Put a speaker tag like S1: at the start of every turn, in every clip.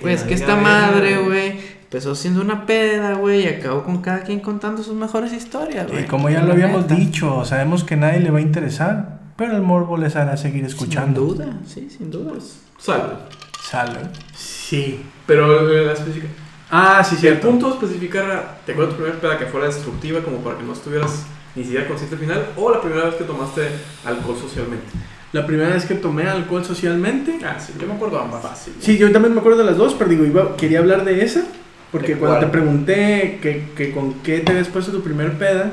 S1: Güey, es Pues, que esta madre, güey, empezó siendo una peda, güey, y acabó con cada quien contando sus mejores historias, güey.
S2: Y como ya lo
S1: La
S2: habíamos
S1: neta.
S2: dicho, sabemos que nadie le va a interesar, pero el morbo les hará seguir escuchando.
S1: Sin duda, sí, sin duda.
S3: Salud.
S2: Salud.
S3: Sí, pero eh, la especifica. Ah, sí, sí. El
S2: Cierto.
S3: punto es especificar, a- ¿te acuerdas tu primera peda que fuera destructiva como para que no estuvieras ni siquiera consciente al final? ¿O la primera vez que tomaste alcohol socialmente?
S4: La primera vez que tomé alcohol socialmente.
S3: Ah, sí, yo me acuerdo ambas. Fácil.
S4: Sí, yo también me acuerdo de las dos, pero digo, iba- quería hablar de esa. Porque
S3: ¿De
S4: cuando
S3: cuál?
S4: te pregunté que, que con qué te habías puesto tu primer peda,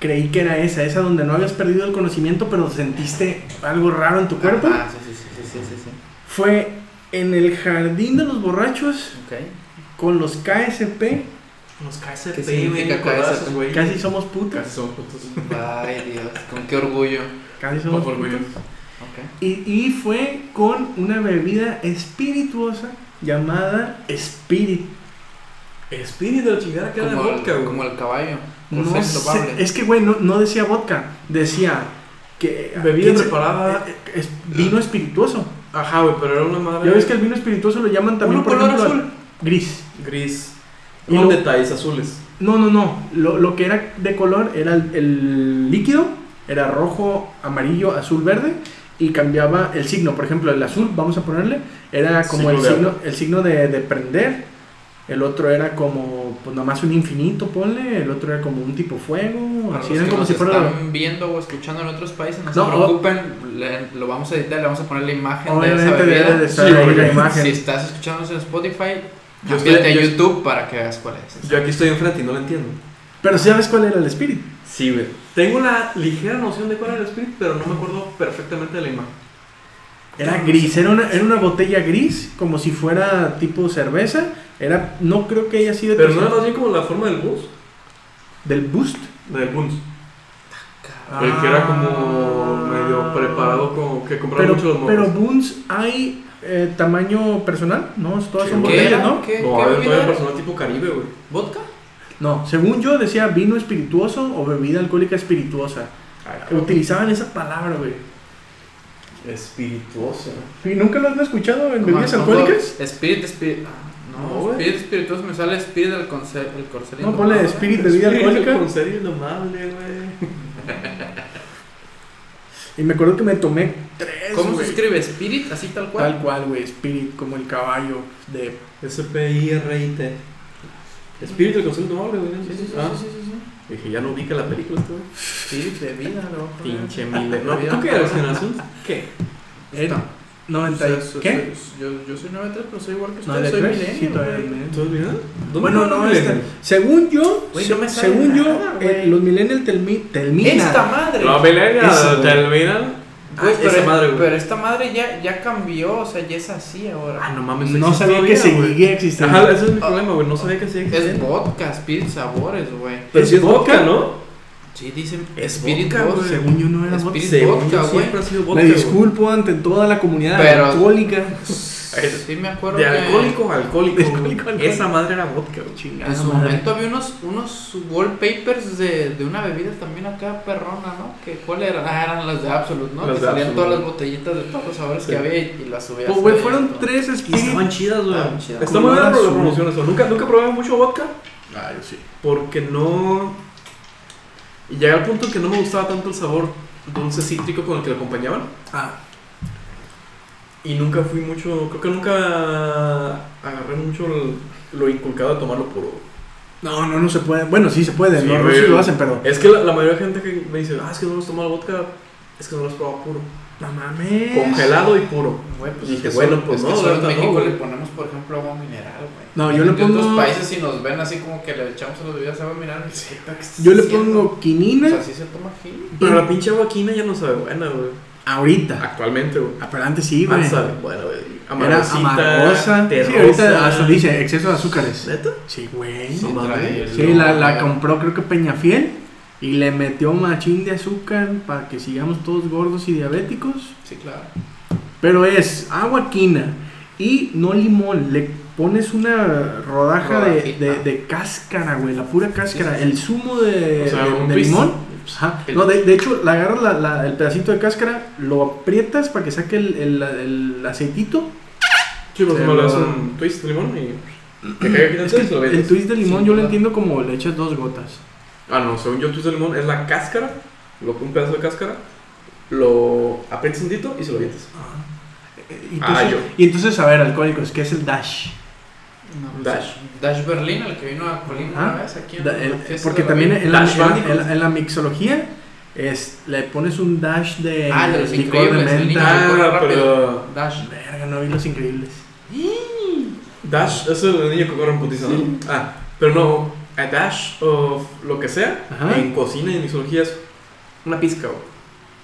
S4: creí que era esa, esa donde no habías perdido el conocimiento, pero sentiste algo raro en tu cuerpo.
S1: Ah, sí, sí, sí, sí, sí, sí, sí.
S4: Fue en el jardín de los borrachos
S1: Ok.
S4: con los KSP.
S3: Nos cae ese
S1: ¿Qué
S3: pay, güey,
S1: significa
S3: codazos,
S1: cabeza?
S3: güey.
S4: Casi somos
S3: Casi
S4: putas.
S3: son putos.
S1: Ay, Dios, con qué orgullo.
S4: Casi
S3: Vamos
S4: somos
S3: por
S4: putas.
S3: Williams.
S1: Ok.
S4: Y, y fue con una bebida espirituosa llamada Spirit.
S3: Espíritu de la chingada que era de
S1: Como, el-
S3: vodka, güey.
S1: como el caballo. Por
S4: No
S1: ser
S4: sé-
S1: indomable.
S4: es que, güey, no, no decía vodka, decía que...
S3: Bebida
S4: que-
S3: preparada.
S4: eh, eh, es vino espirituoso.
S3: Ajá, güey, pero era una madre.
S4: Ya ves que el vino espirituoso lo llaman también,
S3: Uno
S4: por
S3: color
S4: ejemplo,
S3: azul.
S4: gris.
S3: Gris.
S4: Y
S3: Con
S4: lo-
S3: detalles azules.
S4: No, no, no. Lo, lo que era de color era el, el líquido, era rojo, amarillo, azul, verde y cambiaba el signo. Por ejemplo, el azul, vamos a ponerle, era
S3: Signo
S4: como el
S3: de
S4: signo, el signo de, de prender. El otro era como, pues nada más un infinito, ponle. El otro era como un tipo fuego.
S1: Para
S4: así
S1: los
S4: eran
S1: que
S4: como
S1: nos
S4: si fuera.
S1: están viendo o escuchando en otros países, no,
S4: No,
S1: se preocupen, le- lo vamos a editar, le vamos a poner la imagen de esa
S4: Obviamente debe
S1: bebida.
S4: de estar
S3: Sí,
S4: ahí la
S3: porque-
S4: imagen.
S1: Si estás escuchándonos en Spotify,
S3: Yo
S1: cámbiate
S3: estoy-
S1: a
S3: yo-
S1: YouTube para que veas cuál es.
S3: Yo aquí estoy enfrente y no lo entiendo.
S4: Pero si sabes cuál era el espíritu.
S3: Sí, güey. Tengo una ligera noción de cuál era el espíritu, pero no me acuerdo perfectamente de la imagen.
S4: Era gris, era una, era una botella gris, como si fuera tipo cerveza. Era, no creo que haya sido
S3: Pero no era más bien como la forma del bus.
S4: del boost.
S3: La del bus. El que era como medio preparado, como que compraba
S4: Ah. Pero,
S3: mucho los
S4: pero
S3: mocos.
S4: Boons hay eh, tamaño personal, ¿no? Todas
S3: Sí,
S4: son
S3: ¿qué
S4: botellas,
S1: era?
S4: ¿no?
S1: ¿Qué,
S3: no,
S1: qué
S3: había
S1: bebida
S3: todavía
S1: era?
S3: personal tipo Caribe, güey.
S1: ¿Vodka?
S4: No, según yo decía vino espirituoso o bebida alcohólica espirituosa. Utilizaban esa palabra, güey.
S3: Espirituosa.
S4: ¿Y nunca lo han escuchado en
S1: No,
S4: bebidas
S1: no,
S4: alcohólicas?
S1: Spirit, spirit.
S3: No,
S1: Ah, No,
S3: güey.
S1: Spirit espirituoso me sale Spirit del corcel. El corcel
S4: No, ponle
S1: indomable.
S4: spirit, bebida alcohólica.
S3: Con serio indomable, güey.
S4: Y me acuerdo que me tomé tres,
S1: ¿Cómo
S4: güey.
S1: se escribe? ¿Spirit? Así tal cual.
S4: Tal cual, güey, spirit, como el caballo de...
S3: S-P-I-R-I-T. Espíritu del consumo indomable, güey. Ah, Dije, ya no ubica la película, este, güey.
S1: Spirit de vida, le voy a poner.
S3: Pinche mil.
S1: No,
S3: No,
S1: ¿tú
S3: ¿Tú
S1: qué
S3: qué
S1: eres,
S3: eres,
S4: ¿Qué?
S1: Puta.
S4: 90
S1: O sea,
S4: ¿Qué?
S1: soy- yo, yo soy 93, pero soy igual que usted. soy
S4: 93, sí,
S1: milenio.
S4: todavía
S1: güey.
S4: no.
S3: ¿Estás bien?
S4: Bueno, no, este, según yo,
S1: Güey,
S4: se-
S1: no me sale
S4: según yo,
S1: nada, güey.
S4: eh, los millennials telmi, terminan.
S1: Esta madre.
S3: No, Milenia,
S4: Eso, güey.
S3: terminan.
S1: Güey,
S3: Ah,
S1: pero,
S3: esa madre, güey.
S1: pero esta madre ya, ya cambió, o sea, ya es así ahora.
S3: Ah, no mames,
S4: no
S3: existe
S4: sabía que
S3: todavía, güey.
S4: seguía existiendo.
S3: Ajá, ese es mi problema, güey. No sabía que seguía
S1: es
S3: existiendo.
S1: vodka, Spirit Sabores, güey.
S3: Pero
S4: es
S3: si es
S4: vodka,
S3: vodka, ¿no?
S1: Sí, dicen
S3: Es
S1: Spirit
S3: vodka,
S1: Vodka.
S3: güey.
S4: Según yo no era
S1: Espíritu.
S4: vodka.
S1: Según yo siempre
S3: siempre ha sido vodka.
S4: Me disculpo ante toda la comunidad
S1: Pero-
S4: alcohólica.
S1: Sí, me acuerdo.
S3: De
S1: que-
S3: alcohólico a alcohólico.
S4: De
S3: güey.
S4: alcohólico a alcohólico.
S3: Esa madre era vodka, güey.
S4: Chingada
S1: En su
S4: Ah, madre.
S1: momento había unos, unos wallpapers de, de una bebida también acá perrona, ¿no? Que, ¿Cuál eran? Ah, eran las de Absolute, ¿no?
S3: Las
S1: que
S3: de
S1: salían
S3: Absolut.
S1: todas las botellitas de todos los sabores
S3: Sí.
S1: que había y, y las subías.
S4: Pues, güey,
S1: ahí,
S4: fueron
S1: ¿no?
S4: tres
S3: Y estaban
S4: Spirit.
S3: chidas, güey.
S1: Estaban chidas.
S3: Está muy
S4: Color
S3: bien por la
S4: azul.
S3: promoción eso. Nunca, nunca probé mucho vodka
S4: Ah, yo sí.
S3: porque no. Y llegué al punto en que no me gustaba tanto el sabor dulce cítrico con el que lo acompañaban.
S4: Ah,
S3: Y nunca fui mucho. Creo que nunca agarré mucho el- lo inculcado de tomarlo puro.
S4: no, no, no se puede. Bueno, sí se puede.
S3: Sí,
S4: los
S3: güey.
S4: rusos lo hacen, pero.
S3: Es que la, la mayoría de gente que me dice, ah, es que no has tomado vodka, es que no lo has probado puro.
S4: No mames.
S3: Congelado y puro.
S1: Güey, pues
S3: Dije,
S1: es que
S3: bueno,
S1: solo-
S3: pues
S1: es
S3: no,
S1: que solo en
S3: ahorita no,
S1: México
S3: güey.
S1: le ponemos, por ejemplo, agua mineral, güey.
S4: No, yo
S1: En
S4: le
S1: otros
S4: pongo-
S1: países si nos ven así como que le echamos a los bebidas agua mineral, sí, ¿qué estás
S4: Yo le
S1: haciendo?
S4: pongo
S1: O
S4: quinina
S1: sea, sí se toma gil.
S3: Pero la pinche aguaquina ya no sabe buena, güey.
S4: ahorita.
S3: Actualmente, güey.
S4: Ah, pero antes sí,
S3: Ah,
S4: güey.
S3: sabe buena, güey.
S4: Era
S3: Amargosita,
S4: amargosa. Sí,
S3: terrosa.
S4: ahorita hasta dice exceso de azúcares.
S3: ¿Neta?
S4: Sí, güey.
S3: No mames.
S1: trae el-
S4: Sí, la, la compró creo que Peñafiel y le metió machín de azúcar para que sigamos todos gordos y diabéticos.
S1: Sí, claro.
S4: Pero es agua quina y no limón. Le pones una rodaja de,
S1: Rodajita.
S4: de- de cáscara, güey, la pura cáscara.
S1: Sí, sí, sí.
S4: El zumo de,
S3: O sea,
S4: de-
S3: un
S4: de
S3: twist.
S4: limón. Ajá.
S1: El-
S4: No, de, de hecho, le agarras la- la- el pedacito de cáscara, lo aprietas para que saque el, el- el aceitito
S3: Sí, pues
S4: Se
S3: como le das
S4: lo-
S3: un twist de limón y. Te caiga aquí en el
S4: Es que
S3: twist y lo
S4: el
S3: vendes.
S4: twist de limón
S1: Sí,
S4: yo lo
S1: claro.
S4: entiendo como le echas dos gotas.
S3: Ah, no, según yo, el twist de limón es la cáscara, lo, un pedazo de cáscara, lo aprietas un dito y se lo avientas.
S4: Y Eh, entonces,
S3: Ah, yo.
S4: y entonces, a ver, alcohólicos, ¿qué es el dash?
S1: No,
S3: Dash.
S1: Dash Berlín, el que vino a Colín
S4: Ah,
S1: una vez aquí. en
S4: Da-
S1: la
S4: el-
S1: fiesta
S4: porque
S1: de
S4: también
S1: Berlín.
S4: en la,
S3: Dash
S4: en la-
S3: Bandicoot.
S4: en la- en la mixología es, le pones un dash de
S1: Ah, de los
S4: licor de
S1: increíbles, el
S4: menta.
S1: niño. corre
S3: Ah,
S1: rápido.
S3: pero.
S1: Dash.
S4: Verga, no vi los increíbles.
S3: Dash es el niño que corre en putiza, ¿no?
S4: Sí.
S3: Ah, pero no, a dash of lo que sea,
S4: Ajá.
S3: en cocina y en mixología es una pizca, güey.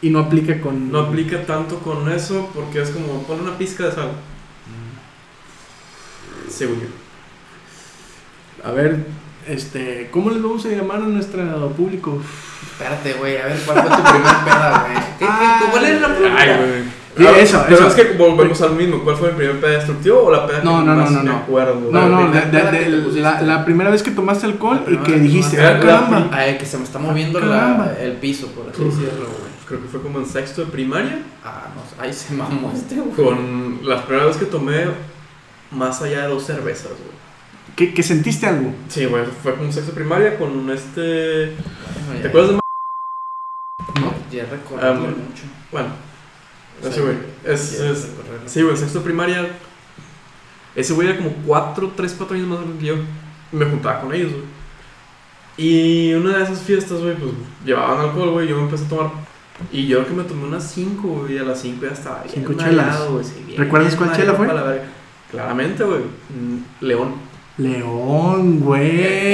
S4: Y no aplica con.
S3: No aplica tanto con eso porque es como pon una pizca de sal.
S4: Mm.
S3: Según yo.
S4: A ver, este, ¿cómo les vamos a llamar a nuestro público?
S1: Espérate, güey, a ver cuál fue tu primer peda, güey. ¿Qué- qué- ¿Cuál es la pregunta?
S3: güey.
S4: Sí,
S3: Ah,
S4: eso,
S3: pero
S4: eso.
S3: es que volvemos al mismo. ¿Cuál fue el primer peda destructivo o la peda
S4: No,
S3: que
S4: no, no,
S3: más
S4: no,
S3: me
S4: no.
S3: acuerdo? güey?
S4: No, no, de-
S1: primera
S4: de-
S1: peda
S4: de-
S1: que te pusiste.
S4: la, la primera vez que tomaste alcohol
S1: La
S4: y
S1: primera
S4: que
S1: vez que
S4: dijiste,
S3: tomaste-
S4: ah,
S3: La- la
S4: caramba.
S1: Ah, el que se me está moviendo la-
S4: Caramba.
S1: el piso, por así
S3: Uf.
S1: decirlo, güey.
S3: Creo que fue como en sexto de primaria.
S1: Ah, no, sé, ahí se mamó este, güey.
S3: Con la primera vez que tomé más allá de dos cervezas, güey.
S4: Que, que sentiste algo.
S3: Sí, güey, fue como sexto de primaria con este.
S1: Bueno,
S3: ¿Te
S1: ya-
S3: acuerdas de
S1: No, ya recorrerlo
S3: Ah, bueno.
S1: mucho.
S3: Bueno,
S1: O sea,
S3: ese güey. Es,
S1: ya
S3: es-
S1: recorrerlo.
S3: sí, güey, sexto de primaria. Ese güey era como 4, 3, 4 años más grande que yo. Me juntaba con ellos, güey. Y una de esas fiestas, güey, pues llevaban alcohol, güey. Yo me empecé a tomar. Y yo creo que me tomé unas 5, güey. y A las 5 ya estaba bien.
S4: Cinco chelas.
S3: mareado, güey, sí, bien
S4: ¿Recuerdas cuál chela
S3: mareado
S4: fue?
S3: pa' la verga. Claramente, güey. mm, León.
S4: León,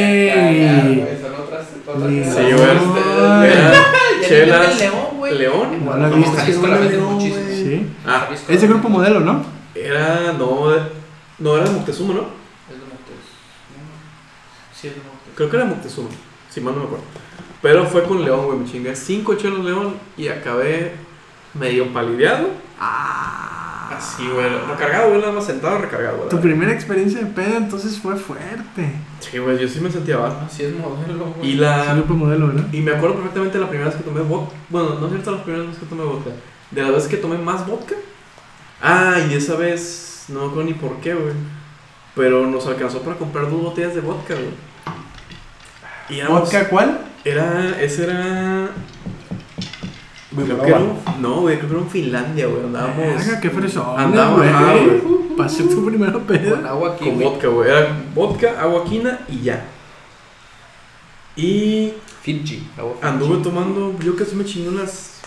S4: güey.
S1: Sí,
S3: Sí, güey. Era chelas.
S1: León, güey.
S3: León.
S1: No,
S4: No la
S1: no,
S4: viste,
S1: Jalisco
S4: qué
S1: la
S4: bueno,
S1: venden
S4: León,
S1: muchísimo.
S4: güey. Sí.
S3: Ah,
S1: Jalisco
S4: Es
S1: la
S4: de grupo
S1: venden.
S4: modelo, ¿no?
S3: era. No, no era de Moctezuma, ¿no?
S1: Es de Montes. Sí, es de Montes.
S3: Creo que era Moctezuma, si mal no me acuerdo. Pero fue con León, güey, me chingué. Cinco chelos León y acabé medio palideado.
S4: Ah.
S3: Así, güey. Recargado, güey, nada más sentado recargado, güey.
S4: Tu primera experiencia de peda entonces fue fuerte.
S3: Sí, güey, yo sí me sentía bajo.
S1: Así es modelo, güey.
S3: Y
S4: Sí,
S3: la.
S4: grupo modelo, ¿verdad?
S3: Y me acuerdo perfectamente la primera vez que tomé vodka. Bueno, no es cierto, las primeras veces que tomé vodka. De las veces que tomé más vodka. Ah, y esa vez. No me acuerdo ni por qué, güey. Pero nos alcanzó para comprar dos botellas de vodka, güey. Y éramos-
S4: ¿Vodka cuál?
S3: Era. Ese era. Creo que era
S4: Verga,
S3: un- no, güey, creo que era en Finlandia, güey. Andábamos
S4: qué fresón.
S3: Andaba, ajá,
S4: güey. Para ser tu primera
S1: Con
S4: peda.
S1: agua aquí,
S3: con vodka, güey. Era vodka, agua quina y ya. Y
S1: Fiji. Agua Fiji.
S3: anduve tomando, yo casi me chingué unas.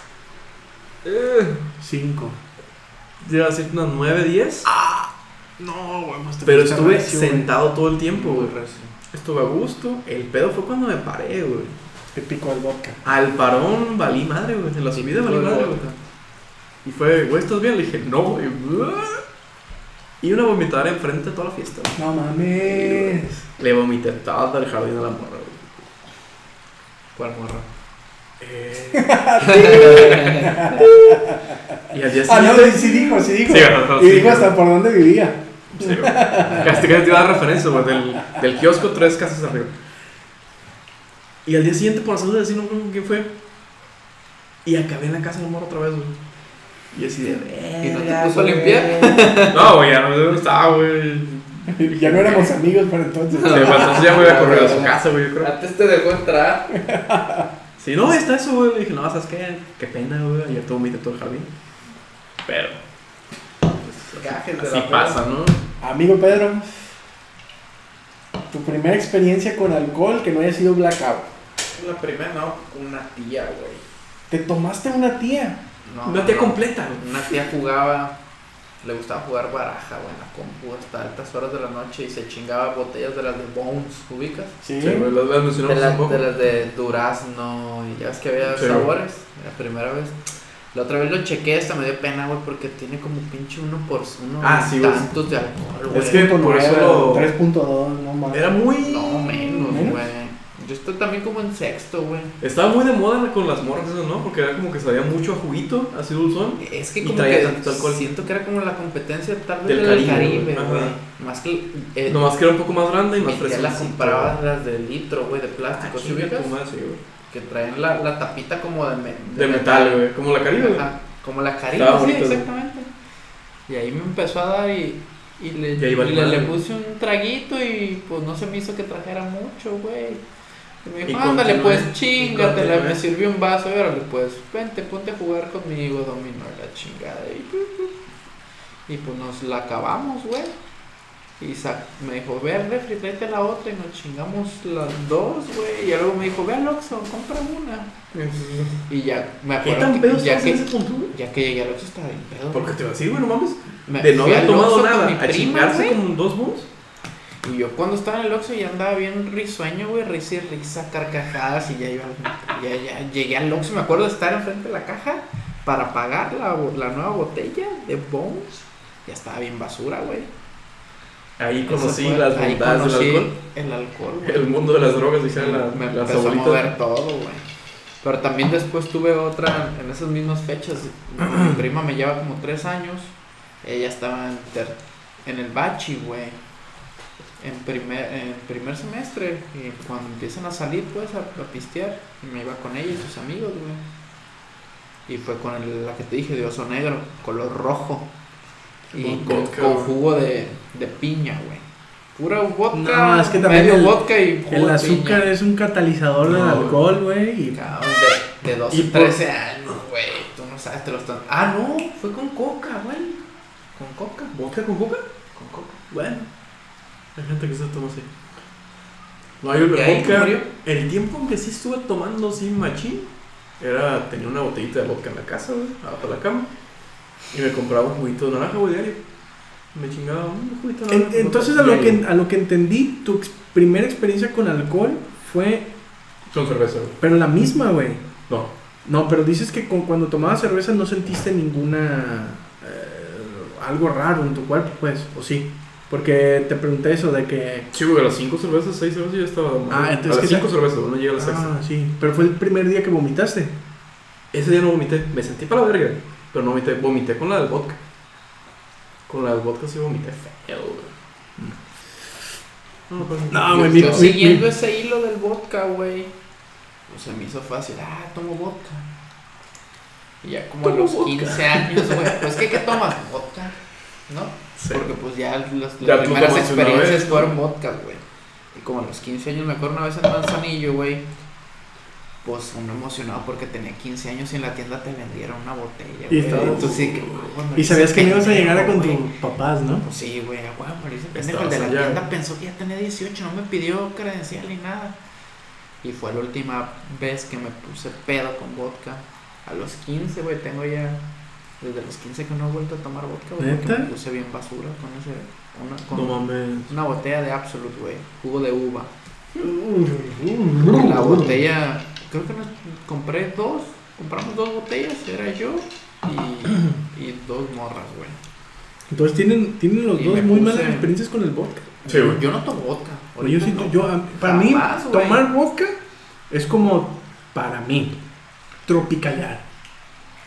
S3: Eh,
S4: Cinco.
S3: iba a decir unas 9, 10.
S4: No, güey, más te
S3: pero
S4: fuiste
S3: estuve
S4: recio, güey.
S3: sentado todo el tiempo,
S1: Muy
S3: güey.
S1: recio.
S3: Estuve a gusto. El pedo fue cuando me paré, güey.
S4: Te picó el vodka.
S3: Al parón valí madre, güey. En la subida valí
S1: Todo el
S3: madre, güey.
S1: vodka.
S3: Y fue, güey, ¿estás bien? Le dije, no, güey. Y una vomitada enfrente de toda la fiesta, güey.
S4: No mames.
S3: Le vomité todo el jardín a la morra, güey.
S1: ¿Cuál morra?
S3: Eh. y al día
S2: Ah, no,
S3: siguiente.
S2: sí dijo, sí dijo.
S3: Sí, ajá,
S2: y
S3: sí.
S2: dijo hasta por dónde vivía.
S3: Sí, güey. Casi casi te iba a dar referencia, güey, del, del kiosco tres casas arriba. Y al día siguiente, por hacerlo decir, no me acuerdo con quién fue. Y acabé en la casa del morro otra vez, güey. Y así de.
S1: ¿Y no te
S3: "Verga,
S1: puso a
S3: güey".
S1: limpiar?
S3: No, güey, ya no me gustaba, güey.
S2: Ya no éramos amigos para entonces.
S3: Sí, güey, entonces ya me iba a correr a su casa, güey, yo creo.
S1: Antes te dejó entrar.
S3: Sí, no, está eso, güey. Le dije, no, ¿sabes qué? Qué pena, güey. Ayer todo mi todo el jardín. Pero. pues,
S1: Gajes de
S3: así
S1: la
S3: pasa, ¿no?
S2: Amigo Pedro, tu primera experiencia con alcohol que no haya sido blackout.
S1: La primera, no, una tía, güey.
S2: Te tomaste una tía.
S1: No,
S3: Una tía
S1: no.
S3: completa, güey.
S1: Una tía jugaba, le gustaba jugar baraja, güey, en la compu hasta altas horas de la noche y se chingaba botellas de las de Bones, ¿ubicas?
S2: Sí.
S3: Sí, güey, las, las
S1: De
S3: mencionamos un
S1: las
S3: poco.
S1: de, las de durazno y ya ves que había
S3: Sí, güey.
S1: sabores, la primera vez. La otra vez lo chequé, hasta me dio pena, güey, porque tiene como pinche uno por uno
S3: Ah, sí,
S1: y
S3: güey.
S1: tantos de alcohol, güey.
S3: Es que por eso lo-
S2: 3.2, no mames.
S3: Era muy.
S1: No, menos,
S2: ¿Menos?
S1: güey. Yo estoy también como en sexto, güey.
S3: Estaba muy de moda con las morras esas, ¿no? Porque era como que sabía mucho a juguito, así dulzón.
S1: Es que
S3: Y
S1: como
S3: traía
S1: que
S3: tantito alcohol.
S1: siento que era como la competencia tal vez
S3: Del
S1: del, del
S3: Caribe,
S1: Caribe,
S3: güey.
S1: güey.
S3: Ajá.
S1: Más que eh,
S3: Nomás que era un poco más grande y más
S1: Y ya
S3: fresca.
S1: las comprabas las de litro, güey, de
S3: Ah,
S1: plástico, ¿sí
S3: chinga
S1: ubicas?
S3: tu madre, sí, güey.
S1: Que traen la, la tapita como de, me-
S3: De metal, güey. Como la caribe, güey.
S1: Ajá, como la
S3: Estaba
S1: carita, sí,
S3: bonito, güey.
S1: exactamente. Y ahí me empezó a dar y Y le,
S3: Y ahí vale
S1: y le,
S3: madre.
S1: le puse un traguito y pues no se me hizo que trajera mucho, güey. Y me
S3: Y
S1: dijo, ándale
S3: continué,
S1: pues,
S3: y
S1: chingatela.
S3: continué.
S1: Me sirvió un vaso y órale pues, vente, ponte a jugar conmigo, dominó la chingada. Y, pu, pu. y pues nos la acabamos, güey. Y sa- me dijo, ve al refri, tráete la otra y nos chingamos las dos, güey. Y luego me dijo, ve al Oxxo, compra una. Y ya, me
S3: ¿Qué
S1: acuerdo
S3: tan
S1: que,
S3: pedo
S1: ya,
S3: estás en
S1: que,
S3: ese punto, güey?
S1: ya que llegué al Oxxo estaba bien pedo.
S3: Porque te va a decir, güey, no mames.
S1: Me
S3: De no
S1: fui
S3: haber
S1: al
S3: tomado
S1: Oxxo con mi
S3: nada, a
S1: prima,
S3: chingarse
S1: güey.
S3: con dos bus.
S1: Y yo cuando estaba en el Oxxo ya andaba bien risueño, güey, risa y risa, carcajadas y ya iba, ya, ya llegué al Oxxo, me acuerdo de estar enfrente de la caja para pagar la, bo- la nueva botella de Bones. Ya estaba bien basura, güey.
S3: Ahí
S1: Eso
S3: conocí
S1: fue-
S3: las
S1: ahí
S3: bondades del
S1: conocí
S3: alcohol.
S1: El alcohol, güey.
S3: El mundo de las drogas, dijeron la-
S1: me
S3: las
S1: empezó a
S3: abuelitas.
S1: mover todo, güey. Pero también después tuve otra, en esas mismas fechas, mi prima me lleva como tres años, ella estaba en, ter- en el bachi, güey, en primer, en primer semestre, y cuando empiezan a salir, pues, a, a pistear, y me iba con ella y sus amigos, güey. Y fue con el- la que te dije de oso negro, color rojo, y
S3: Con
S1: con,
S3: vodka,
S1: con
S3: güey.
S1: jugo de, de piña, güey. Pura vodka,
S4: No, es que también
S1: medio
S4: el-
S1: vodka y jugo
S4: El
S1: de
S4: azúcar
S1: piña.
S4: es un catalizador del
S3: No,
S4: alcohol, güey. y-
S1: Cabrón, de, de 12,
S3: Y por-
S1: 13 años, güey. Tú no sabes, te lo están. Ah, no, fue con coca, güey. Con coca,
S3: ¿Vodka con coca?
S1: con coca.
S3: Bueno. Hay gente que se toma así. No, yo el
S1: ¿Y ahí
S3: vodka.
S1: murió?
S3: El tiempo en que sí estuve tomando sin machín, era, tenía una botellita de vodka en la casa, güey, abajo de la cama. Y me compraba un juguito de naranja, güey, diario. Me chingaba un juguito de
S4: En-
S3: naranja.
S4: entonces, a
S3: vodka,
S4: lo, que,
S3: diario.
S4: a lo que entendí, tu ex- primera experiencia con alcohol fue,
S3: Con cerveza, güey.
S4: pero la misma, güey.
S3: No.
S4: No, pero dices que con- cuando tomabas cerveza no sentiste ninguna. eh, algo raro en tu cuerpo, pues, o sí. Porque te pregunté eso de que.
S3: Sí, güey, a las 5 cervezas, 6 cervezas yo estaba.
S4: Ah, entonces
S3: A las
S4: que
S3: 5
S4: sea-
S3: cervezas, no llega a las 6.
S4: Ah, sí. Pero fue el primer día que vomitaste.
S3: Ese día no vomité, me sentí para la verga, pero no vomité, vomité con la del vodka. Con la del vodka sí vomité feo, güey. No, pues,
S4: No,
S1: Yo-
S4: güey,
S1: yo
S4: mi- mi-
S1: siguiendo
S4: mi-
S1: ese hilo del vodka, güey. Pues se me hizo fácil. Ah, tomo vodka. Y ya como a
S3: Tomo
S1: los
S3: vodka.
S1: 15 años, güey. Pues, ¿qué, ¿qué tomas? Vodka, ¿no?
S3: Sí.
S1: Porque pues ya las, las
S3: Ya tú
S1: primeras
S3: tomaste una
S1: experiencias
S3: vez,
S1: fueron vodka, güey. Y como a los 15 años me acuerdo una vez en Manzanillo, güey. Pues uno emocionado porque tenía 15 años y en la tienda te vendieron una botella,
S4: Y
S1: güey.
S4: estaba-
S1: Entonces, sí que, bueno,
S4: Y sabías que no ibas a
S1: pendejo,
S4: llegar a con
S1: güey.
S4: tus papás, ¿no?
S1: Pues sí, güey, a huevo, le hice pendejo.
S3: Estabas
S1: El de la
S3: allá,
S1: tienda
S3: güey.
S1: pensó que ya tenía 18, no me pidió credencial ni nada. Y fue la última vez que me puse pedo con vodka. A los 15, güey, tengo ya. Desde los 15 que no he vuelto a tomar vodka, güey, porque
S4: ¿Neta?
S1: me puse bien basura con ese. Una,
S3: No
S1: con
S3: mames.
S1: una botella de Absolute, güey, jugo de uva. La
S4: La
S1: botella, creo que nos compré dos, compramos dos botellas, era yo y, y dos morras, güey.
S4: Entonces tienen, tienen los
S1: Y
S4: dos
S1: me
S4: muy
S1: puse-
S4: malas experiencias con el vodka.
S3: Sí, güey.
S1: Yo no tomo vodka.
S4: Pero Pues yo
S1: ahorita
S4: siento,
S1: no.
S4: yo, a- para mí,
S1: Jamás, güey.
S4: tomar vodka es como, para mí, tropicalear.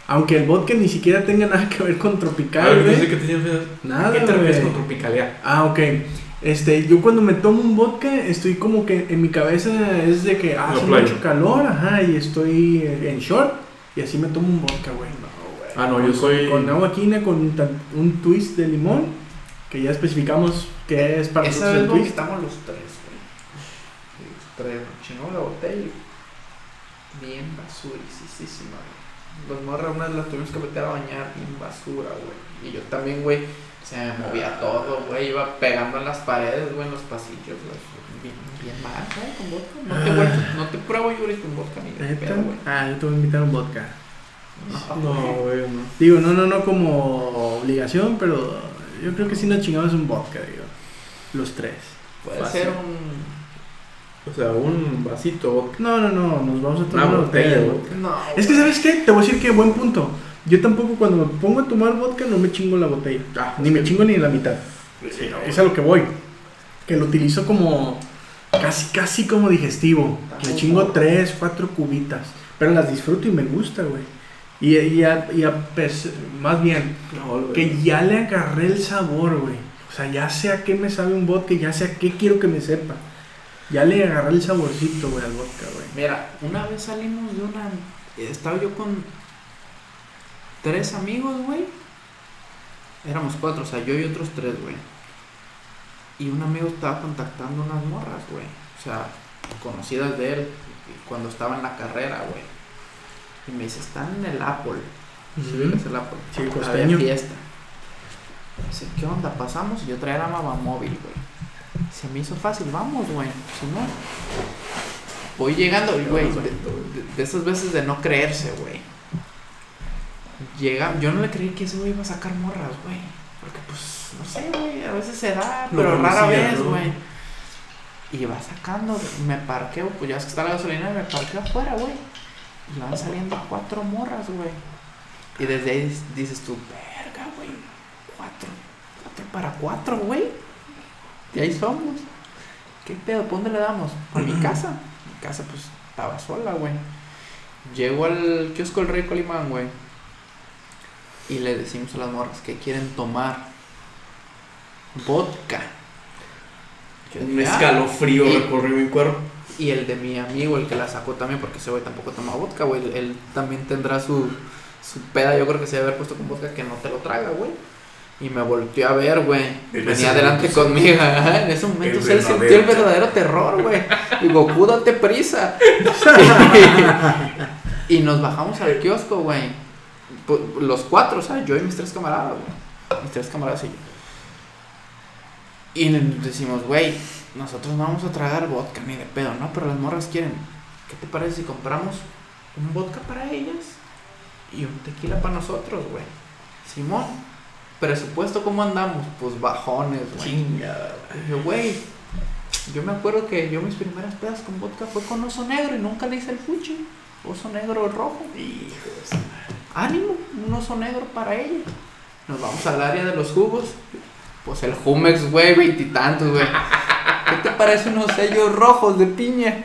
S4: Aunque el vodka ni siquiera tenga nada que ver con
S3: A ver,
S4: tropical,
S3: Ah, yo sé
S4: güey.
S3: que te refieres-
S4: Nada,
S3: ¿Qué te refieres
S4: güey.
S3: con tropicalidad?
S4: Ah, ok. Este, yo cuando me tomo un vodka, estoy como que en mi cabeza es de que ah,
S3: La
S4: hace
S3: playa.
S4: mucho calor, ajá, y estoy eh, en short, y así me tomo un vodka, güey.
S3: Ah, no, yo soy.
S4: Con agua quina, con un, tan- un twist de limón, que ya especificamos que es para
S1: Esa
S4: nosotros
S1: vez
S4: el twist.
S1: vomitamos los tres, güey. Los tres, nos chingamos la botella. y Bien basurisísima, güey. Los morras unas las tuvimos que meter a bañar bien basura, güey. Y yo también, güey, se me movía todo, güey. Iba pegando en las paredes, güey, en los pasillos, güey. Bien, bien mal, güey, con vodka. No te, vuelvo- no te pruebo, Yuri, con vodka, ni de
S4: Ah. ¿Neta?
S1: pedo, güey.
S4: Ah, yo te voy a invitar un vodka.
S1: No,
S3: No, güey, no.
S4: Digo, no, no, no como obligación, pero yo creo que sí nos chingamos un vodka, digo. Los tres.
S1: Puede
S4: Fácil.
S1: ser un.
S3: O sea, un vasito de vodka.
S4: No, no, no, nos vamos a tomar
S3: Una
S4: una botella de
S3: botella,
S4: vodka.
S1: No.
S4: Es que, ¿sabes qué? Te voy a decir que buen punto. Yo tampoco cuando me pongo a tomar vodka no me chingo la botella.
S3: Ah,
S4: Ni me chingo ni la mitad.
S3: Sí, no,
S4: Es a lo que voy. Que lo utilizo como casi, casi como digestivo. Me chingo tres, cuatro cubitas. Pero las disfruto y me gusta, güey. Y, y, a- y a pes- más bien,
S3: No, güey.
S4: que ya le agarré el sabor, güey. O sea, ya sé a qué me sabe un vodka, ya sé a qué quiero que me sepa. Ya le agarré el saborcito, güey, al vodka, güey.
S1: Mira, una vez salimos de una. Estaba yo con tres amigos, güey. Éramos cuatro, o sea, yo y otros tres, güey. y un amigo estaba contactando unas morras, güey. O sea, conocidas de él cuando estaba en la carrera, güey. Y me dice, están en el Apple. Sí,
S4: Ujú.
S1: es el Apple.
S4: Sí, pues,
S1: Había
S4: costeño.
S1: fiesta. Dice, ¿qué onda? Pasamos. Yo traía la mamá móvil, güey. Se me hizo fácil, vamos, güey. Si no. Voy llegando, y, güey. De, de- de esas veces de no creerse, güey. Llega, yo no le creí que ese güey iba a sacar morras, güey. Porque, pues, no sé, güey. A veces se da,
S3: Lo
S1: pero rara
S3: conocía,
S1: vez,
S3: ¿no?
S1: güey. Y va sacando, me parqueo, pues ya es que está la gasolina, me parqueo afuera, güey. Y van saliendo cuatro morras, güey. Y desde ahí dices- dices tú, verga, güey. Cuatro. Cuatro para cuatro, güey. Y ahí somos. ¿Qué pedo? ¿Por dónde le damos? A mi casa. Mi casa, pues, estaba sola, güey. Llego al kiosco del Rey Colimán, güey. Y le decimos a las morras que quieren tomar vodka. Yo
S3: Un
S1: dije, "Ah".
S3: escalofrío
S1: Y-
S3: recorrió mi cuerpo.
S1: Y el de mi amigo, el que la sacó también, porque ese güey tampoco toma vodka, güey. Él, él también tendrá su, su peda, yo creo que se debe haber puesto con vodka que no te lo traga, güey. Y me volteó a ver, güey.
S5: En
S1: Venía
S5: ese
S1: adelante
S5: momento,
S1: conmigo. ajá. En ese momento
S5: El
S1: él sintió el
S5: verdadero.
S1: verdadero terror, güey. Y Goku, date prisa. y nos bajamos al kiosco, güey. Pu- Los cuatro, o sea, yo y mis tres camaradas, güey. Mis tres camaradas y yo. Y nos decimos, güey, nosotros no vamos a tragar vodka ni de pedo, ¿no? Pero las morras quieren. ¿Qué te parece si compramos un vodka para ellas y un tequila para nosotros, güey? Simón, presupuesto, ¿cómo andamos? Pues bajones, güey.
S3: Chingada.
S1: Y Yo, güey, yo me acuerdo que yo mis primeras pedas con vodka fue con oso negro y nunca le hice el fuchi. Oso negro o rojo.
S3: Hijos.
S1: Ánimo, un oso negro para ella. Nos vamos al área de los jugos. Pues el Jumex, güey, veintitantos, güey. ¿Qué te parece unos sellos rojos de piña?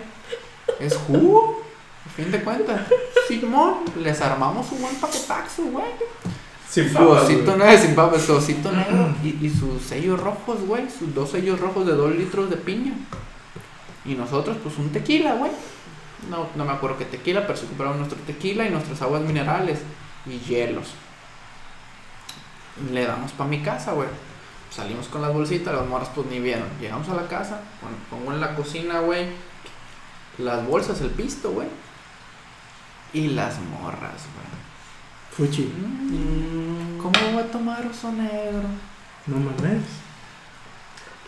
S1: Es jugo, a fin de cuentas. Simón, les armamos un buen paquetaxo, güey.
S3: Sin
S1: Su
S3: papas,
S1: osito
S3: güey.
S1: negro, sin papas, su osito negro y, y sus sellos rojos, güey. Sus dos sellos rojos de dos litros de piña. Y nosotros, pues un tequila, güey. No, no me acuerdo qué tequila, pero sí compramos nuestro tequila y nuestras aguas minerales y hielos. Le damos para mi casa, güey. Salimos con las bolsitas, las morras pues ni vieron. Llegamos a la casa, pon- pongo en la cocina, güey. Las bolsas, el pisto, güey. Y las morras, güey.
S4: Fuchi.
S1: Mm. ¿Cómo voy a tomar oso negro?
S4: No mames.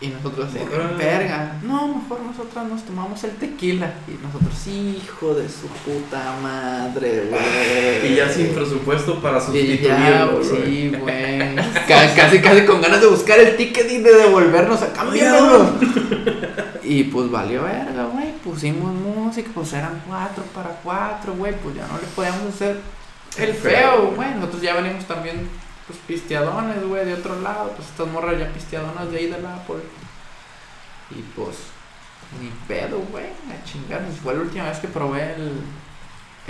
S1: Y nosotros, así de,
S3: Morra.
S1: verga, no, mejor nosotras nos tomamos el tequila. Y nosotros, hijo de su puta madre, güey.
S3: Y ya sin presupuesto para
S1: Y ya,
S3: sustituirlo, güey.
S1: sí, güey. Ca- casi, casi con ganas de buscar el ticket y de devolvernos a cambiarlo. Y pues valió verga, güey. Pusimos música, pues eran cuatro para cuatro, güey. Pues ya no le podíamos hacer el feo, güey. Nosotros ya venimos también, pues pisteadones, güey, de otro lado. Pues estas morras ya pisteadonas de ahí de la Apple. Y pues, ni pedo, güey. A chingarnos. Fue la última vez que probé el.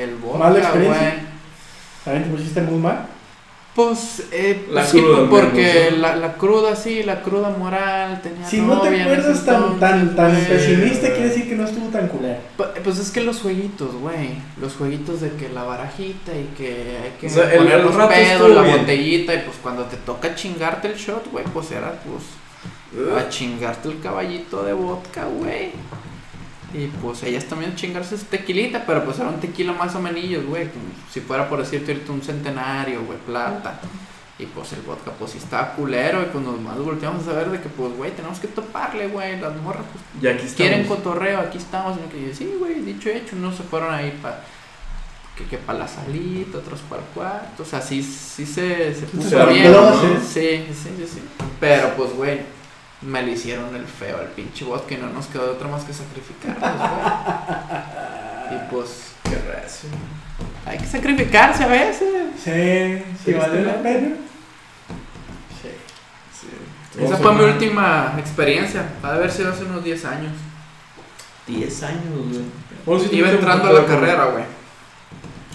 S1: El
S2: Mala
S1: vodka,
S2: experiencia.
S1: güey.
S2: ¿También te pusiste muy mal?
S1: Pues, eh,
S3: La
S1: sí,
S3: cruda,
S1: porque
S3: menos, ¿no?
S1: la, la cruda, sí, la cruda moral, tenía
S2: Si no te
S1: novia en ese
S2: acuerdas tan,
S1: entonces,
S2: tan, tan
S1: güey.
S2: pesimista, quiere decir que no estuvo tan culero.
S1: Pu- Pues es que los jueguitos, güey, los jueguitos de que la barajita y que hay que
S3: O sea, el- el
S1: los
S3: rato
S1: pedos,
S3: estuvo
S1: la
S3: bien.
S1: botellita, y pues cuando te toca chingarte el shot, güey, pues era, pues, a chingarte el caballito de vodka, güey. Y pues ellas también chingarse su tequilita, pero pues era un tequila más o menos, güey. como Si fuera por decirte ahorita un centenario, güey, plata. Y pues el vodka, pues sí estaba culero. Y pues nos más volteamos a ver de que, pues, güey, tenemos que toparle, güey. Las morras, pues,
S3: Y aquí
S1: quieren
S3: estamos.
S1: cotorreo, aquí estamos. Y que yo, sí, güey, dicho y hecho, no se fueron ahí para. Que, que para la salita, otros para el cuarto. O sea, sí, sí se, se puso
S3: la
S1: bien.
S3: armó,
S1: ¿no?
S2: ¿no?
S1: Sí, sí, sí, sí. Pero pues, güey, me le hicieron el feo al pinche vodka y no nos quedó de otra más que sacrificarnos, güey. Y pues,
S3: Qué recio.
S1: hay que sacrificarse a veces.
S2: Sí, sí, vale la pena.
S3: Sí.
S1: Esa
S3: Vamos
S1: fue
S3: a
S1: mi
S3: tomar
S1: última experiencia. Ha de haber sido hace unos 10 años.
S3: 10 años, güey. Bueno, sí,
S1: Iba
S3: tengo
S1: entrando a
S3: como-
S1: la carrera, güey.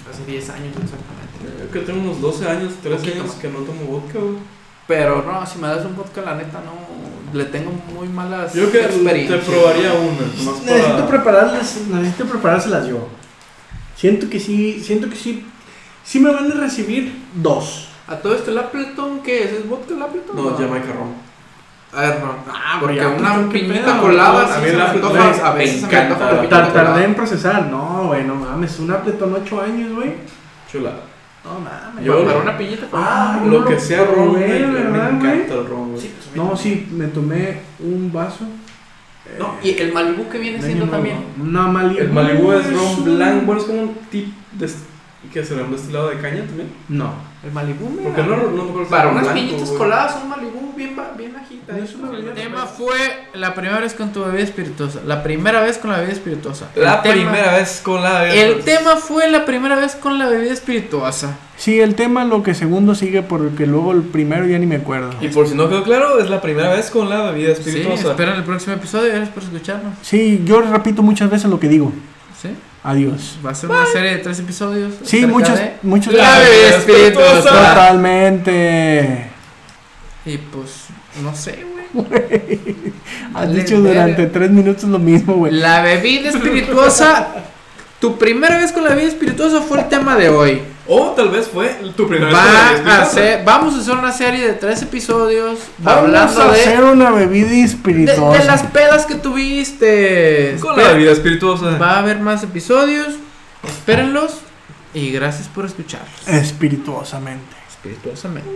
S1: Hace 10 años exactamente.
S3: Creo que tengo unos 12 años, 13
S1: Poquito
S3: años
S1: más.
S3: que no tomo vodka, güey.
S1: Pero no, si me das un vodka, la neta, no. Le tengo muy malas
S3: Yo creo que te
S1: experiencias.
S3: probaría una. Más
S4: Necesito
S3: para...
S4: prepararlas, necesito preparárselas yo. Siento que sí, siento que sí. Sí me van a recibir dos.
S1: este, A todo esto, el Appleton, ¿qué es? ¿Es vodka el Appleton?
S3: No, Jamaica Rum.
S1: A ver, no.
S4: Ah,
S1: Porque
S4: ya,
S1: una
S4: ¿qué
S1: piñita
S4: pedo?
S1: colada
S3: A
S1: sí
S3: mí
S1: se me
S3: la
S1: antoja.
S3: fruta
S1: A
S3: me
S1: veces se me
S3: encanta,
S1: antoja la
S3: la
S1: piñita
S4: Tar- Tardé
S1: colada.
S4: en procesar. No, güey, no mames. Un apretón 8 años, güey.
S3: Chulada.
S4: No mames.
S3: Yo-
S1: Para una piñita
S4: Ah,
S3: Lo
S4: no
S3: que sea
S4: lo
S3: ron,
S4: probé,
S3: güey, a mí
S4: ¿verdad,
S3: me
S4: güey?
S3: encanta el ron, güey.
S1: Sí, pues, a mí
S4: No,
S1: también.
S4: sí, me tomé un vaso. eh,
S1: No, y el Malibu que viene
S4: de
S1: siendo
S4: año
S1: también.
S4: nuevo. No, Malibu.
S3: El Malibu es
S4: un-
S3: ron blanco, bueno, es como un tip de, que será un destilado de caña también.
S4: No.
S1: El Malibu, mira.
S3: Porque no, no me acuerdo si
S1: Para
S3: era
S1: unas
S3: blanco,
S1: piñitas
S3: güey.
S1: coladas, un Malibu bien, ba- bien bajita.
S4: Yo solo
S1: El
S4: veía-
S1: tema fue la primera vez con tu bebida espirituosa. La primera vez con la bebida espirituosa.
S3: La
S1: El tema-
S3: primera vez con la
S1: El tema fue la primera vez con la bebida espirituosa.
S4: Sí, el tema lo que segundo sigue porque luego el primero ya ni me acuerdo.
S3: Y por si no quedó claro, es la primera vez con la bebida
S1: Sí,
S3: espirituosa.
S1: esperen el próximo episodio. Gracias por escucharnos.
S4: Sí, yo repito muchas veces lo que digo.
S1: Sí,
S4: Adiós.
S1: va a ser una serie de tres episodios.
S4: Sí,
S1: acerca
S4: muchas,
S1: de-
S4: muchas
S1: La bebida espirituosa.
S4: Totalmente.
S1: Y pues, no sé, güey.
S4: Has
S1: Dale,
S4: dicho
S1: verga.
S4: durante tres minutos lo mismo, güey.
S1: La bebida espirituosa. Tu primera vez con la bebida espirituosa fue el tema de hoy.
S3: O tal vez fue tu primera vez con la bebida
S1: Va a
S3: espirituosa.
S1: ser, vamos a hacer una serie de tres episodios
S4: Vamos
S1: hablando
S4: a
S1: de,
S4: hacer una bebida
S1: de,
S4: espirituosa.
S1: de las pedas que tuviste.
S3: Con la
S1: Espera-
S3: bebida espirituosa.
S1: Va a haber más episodios. Espérenlos. Y gracias por escucharlos.
S4: Espirituosamente.
S1: Espirituosamente.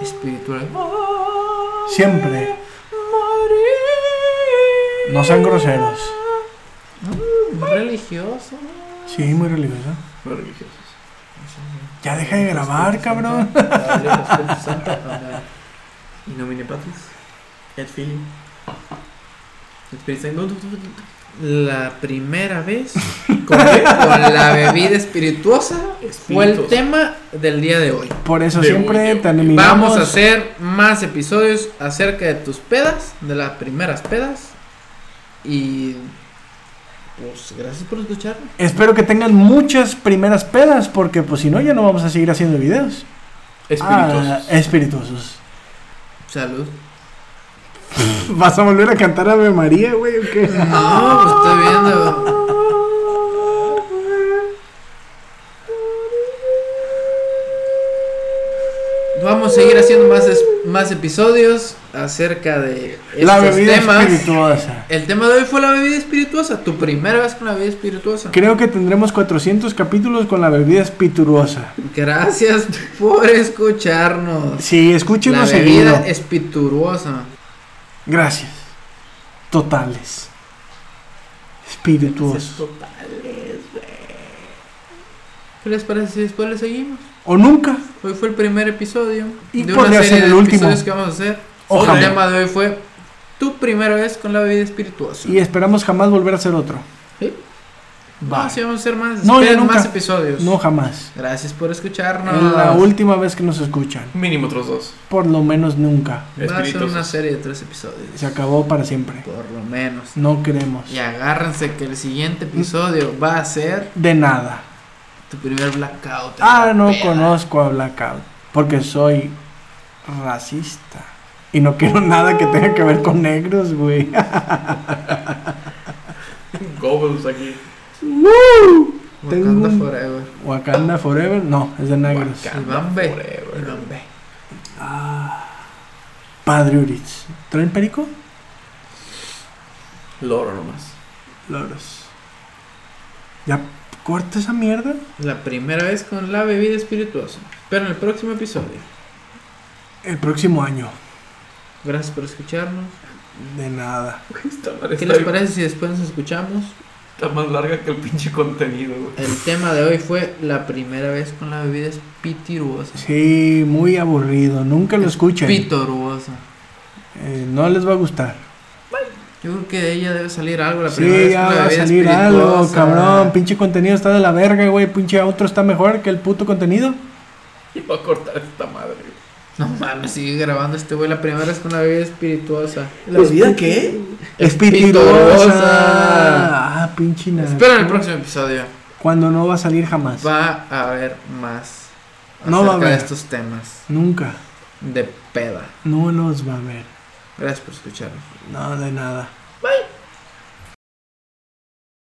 S1: Espiritual.
S4: Siempre. No sean groseros.
S1: Mm, Religioso.
S4: Sí, muy religioso. Ya deja de grabar, cabrón.
S3: Y no vine patis. Ed Philly. Espíritu Santo.
S1: La primera vez con, con la bebida espirituosa fue el
S3: Espirituosa.
S1: tema del día de hoy.
S4: Por eso
S3: De
S4: siempre
S3: hoyo.
S4: terminamos.
S1: Vamos a hacer más episodios acerca de tus pedas, de las primeras pedas. Y pues gracias por escucharme.
S4: Espero que tengan muchas primeras pedas, porque pues si no ya no vamos a seguir haciendo videos. Ah,
S3: Espirituosos.
S4: espirituosos.
S1: Salud.
S4: ¿Vas a volver a cantar Ave María, güey? ¿o qué?
S1: No, pues estoy viendo. Vamos a seguir haciendo más, es- más episodios acerca de estos
S4: La bebida
S1: temas.
S4: espirituosa.
S1: El tema de hoy fue la bebida espirituosa, tu primera vez con la bebida espirituosa.
S4: Creo que tendremos 400 capítulos con la bebida espirituosa.
S1: Gracias por escucharnos.
S4: Sí,
S1: La
S4: escúchenos seguido.
S1: bebida espirituosa.
S4: Gracias. Totales. Espirituosos.
S1: ¿Qué les parece si después le seguimos?
S4: O nunca.
S1: Hoy fue el primer episodio
S4: Y
S1: de
S4: podría
S1: una serie
S4: ser el
S1: de
S4: último.
S1: episodios que vamos a hacer.
S4: Ojalá.
S1: El tema de hoy fue tu primera vez con la bebida espirituosa.
S4: Y esperamos jamás volver a hacer otro.
S1: ¿Sí?
S4: Bye.
S1: No, sí vamos a hacer más.
S4: No, ya
S1: esperen
S4: nunca.
S1: más episodios.
S4: No jamás.
S1: Gracias por
S4: Es la
S1: escucharnos.
S4: última vez que nos escuchan.
S3: Mínimo otros dos.
S4: Por lo menos nunca.
S1: Va a ser una
S3: Espirituosos.
S1: serie de tres episodios.
S4: Se acabó para siempre.
S1: Por lo menos.
S4: No queremos.
S1: Y agárrense que el siguiente episodio va a ser
S4: De nada.
S1: tu primer blackout.
S4: Ah, no
S1: Peda.
S4: conozco a Blackout. Porque soy racista. Y no quiero nada que tenga que ver con negros, güey.
S3: Gobles aquí.
S1: Wakanda
S4: Tengo un-
S1: Forever.
S4: Wakanda Forever. No, es de negros.
S3: Wakanda
S1: Iván B.
S3: forever.
S1: Iván B.
S4: Padre Uritz. ¿Traen perico?
S3: Loro nomás.
S4: Loros. ¿Ya corta esa mierda?
S1: La primera vez con la bebida espirituosa. Pero en el próximo episodio.
S4: El próximo año.
S1: Gracias por escucharnos.
S4: De nada.
S3: Esta madre
S1: ¿Qué
S3: está
S1: les
S3: bien-
S1: parece si después nos escuchamos?
S3: está más larga que el pinche contenido, güey.
S1: El tema de hoy fue la primera vez con la bebida espirituosa.
S4: Sí, muy aburrido. Nunca lo escuchen.
S1: Pitoruosa.
S4: Eh, no les va a gustar.
S1: Yo creo que de ella debe salir algo la primera
S4: Sí,
S1: vez
S4: ya
S1: con la
S4: va a
S1: bebida
S4: salir algo,
S1: espirituosa.
S4: cabrón. Pinche contenido está de la verga, güey. Pinche otro está mejor que el puto contenido.
S3: Yo voy a cortar esta madre, güey.
S1: No mames, sigue grabando este güey la primera vez con la bebida espirituosa.
S4: ¿La vida qué? Espirituosa.
S1: Espirituosa.
S4: Ah, pinche nada.
S1: Espera en el próximo episodio.
S4: Cuando no va a salir jamás.
S1: Va a haber más
S4: No va a
S1: acerca de
S4: haber.
S1: estos temas
S4: Nunca.
S1: de peda.
S4: No nos va a ver.
S1: Gracias por escucharnos.
S4: No, de nada.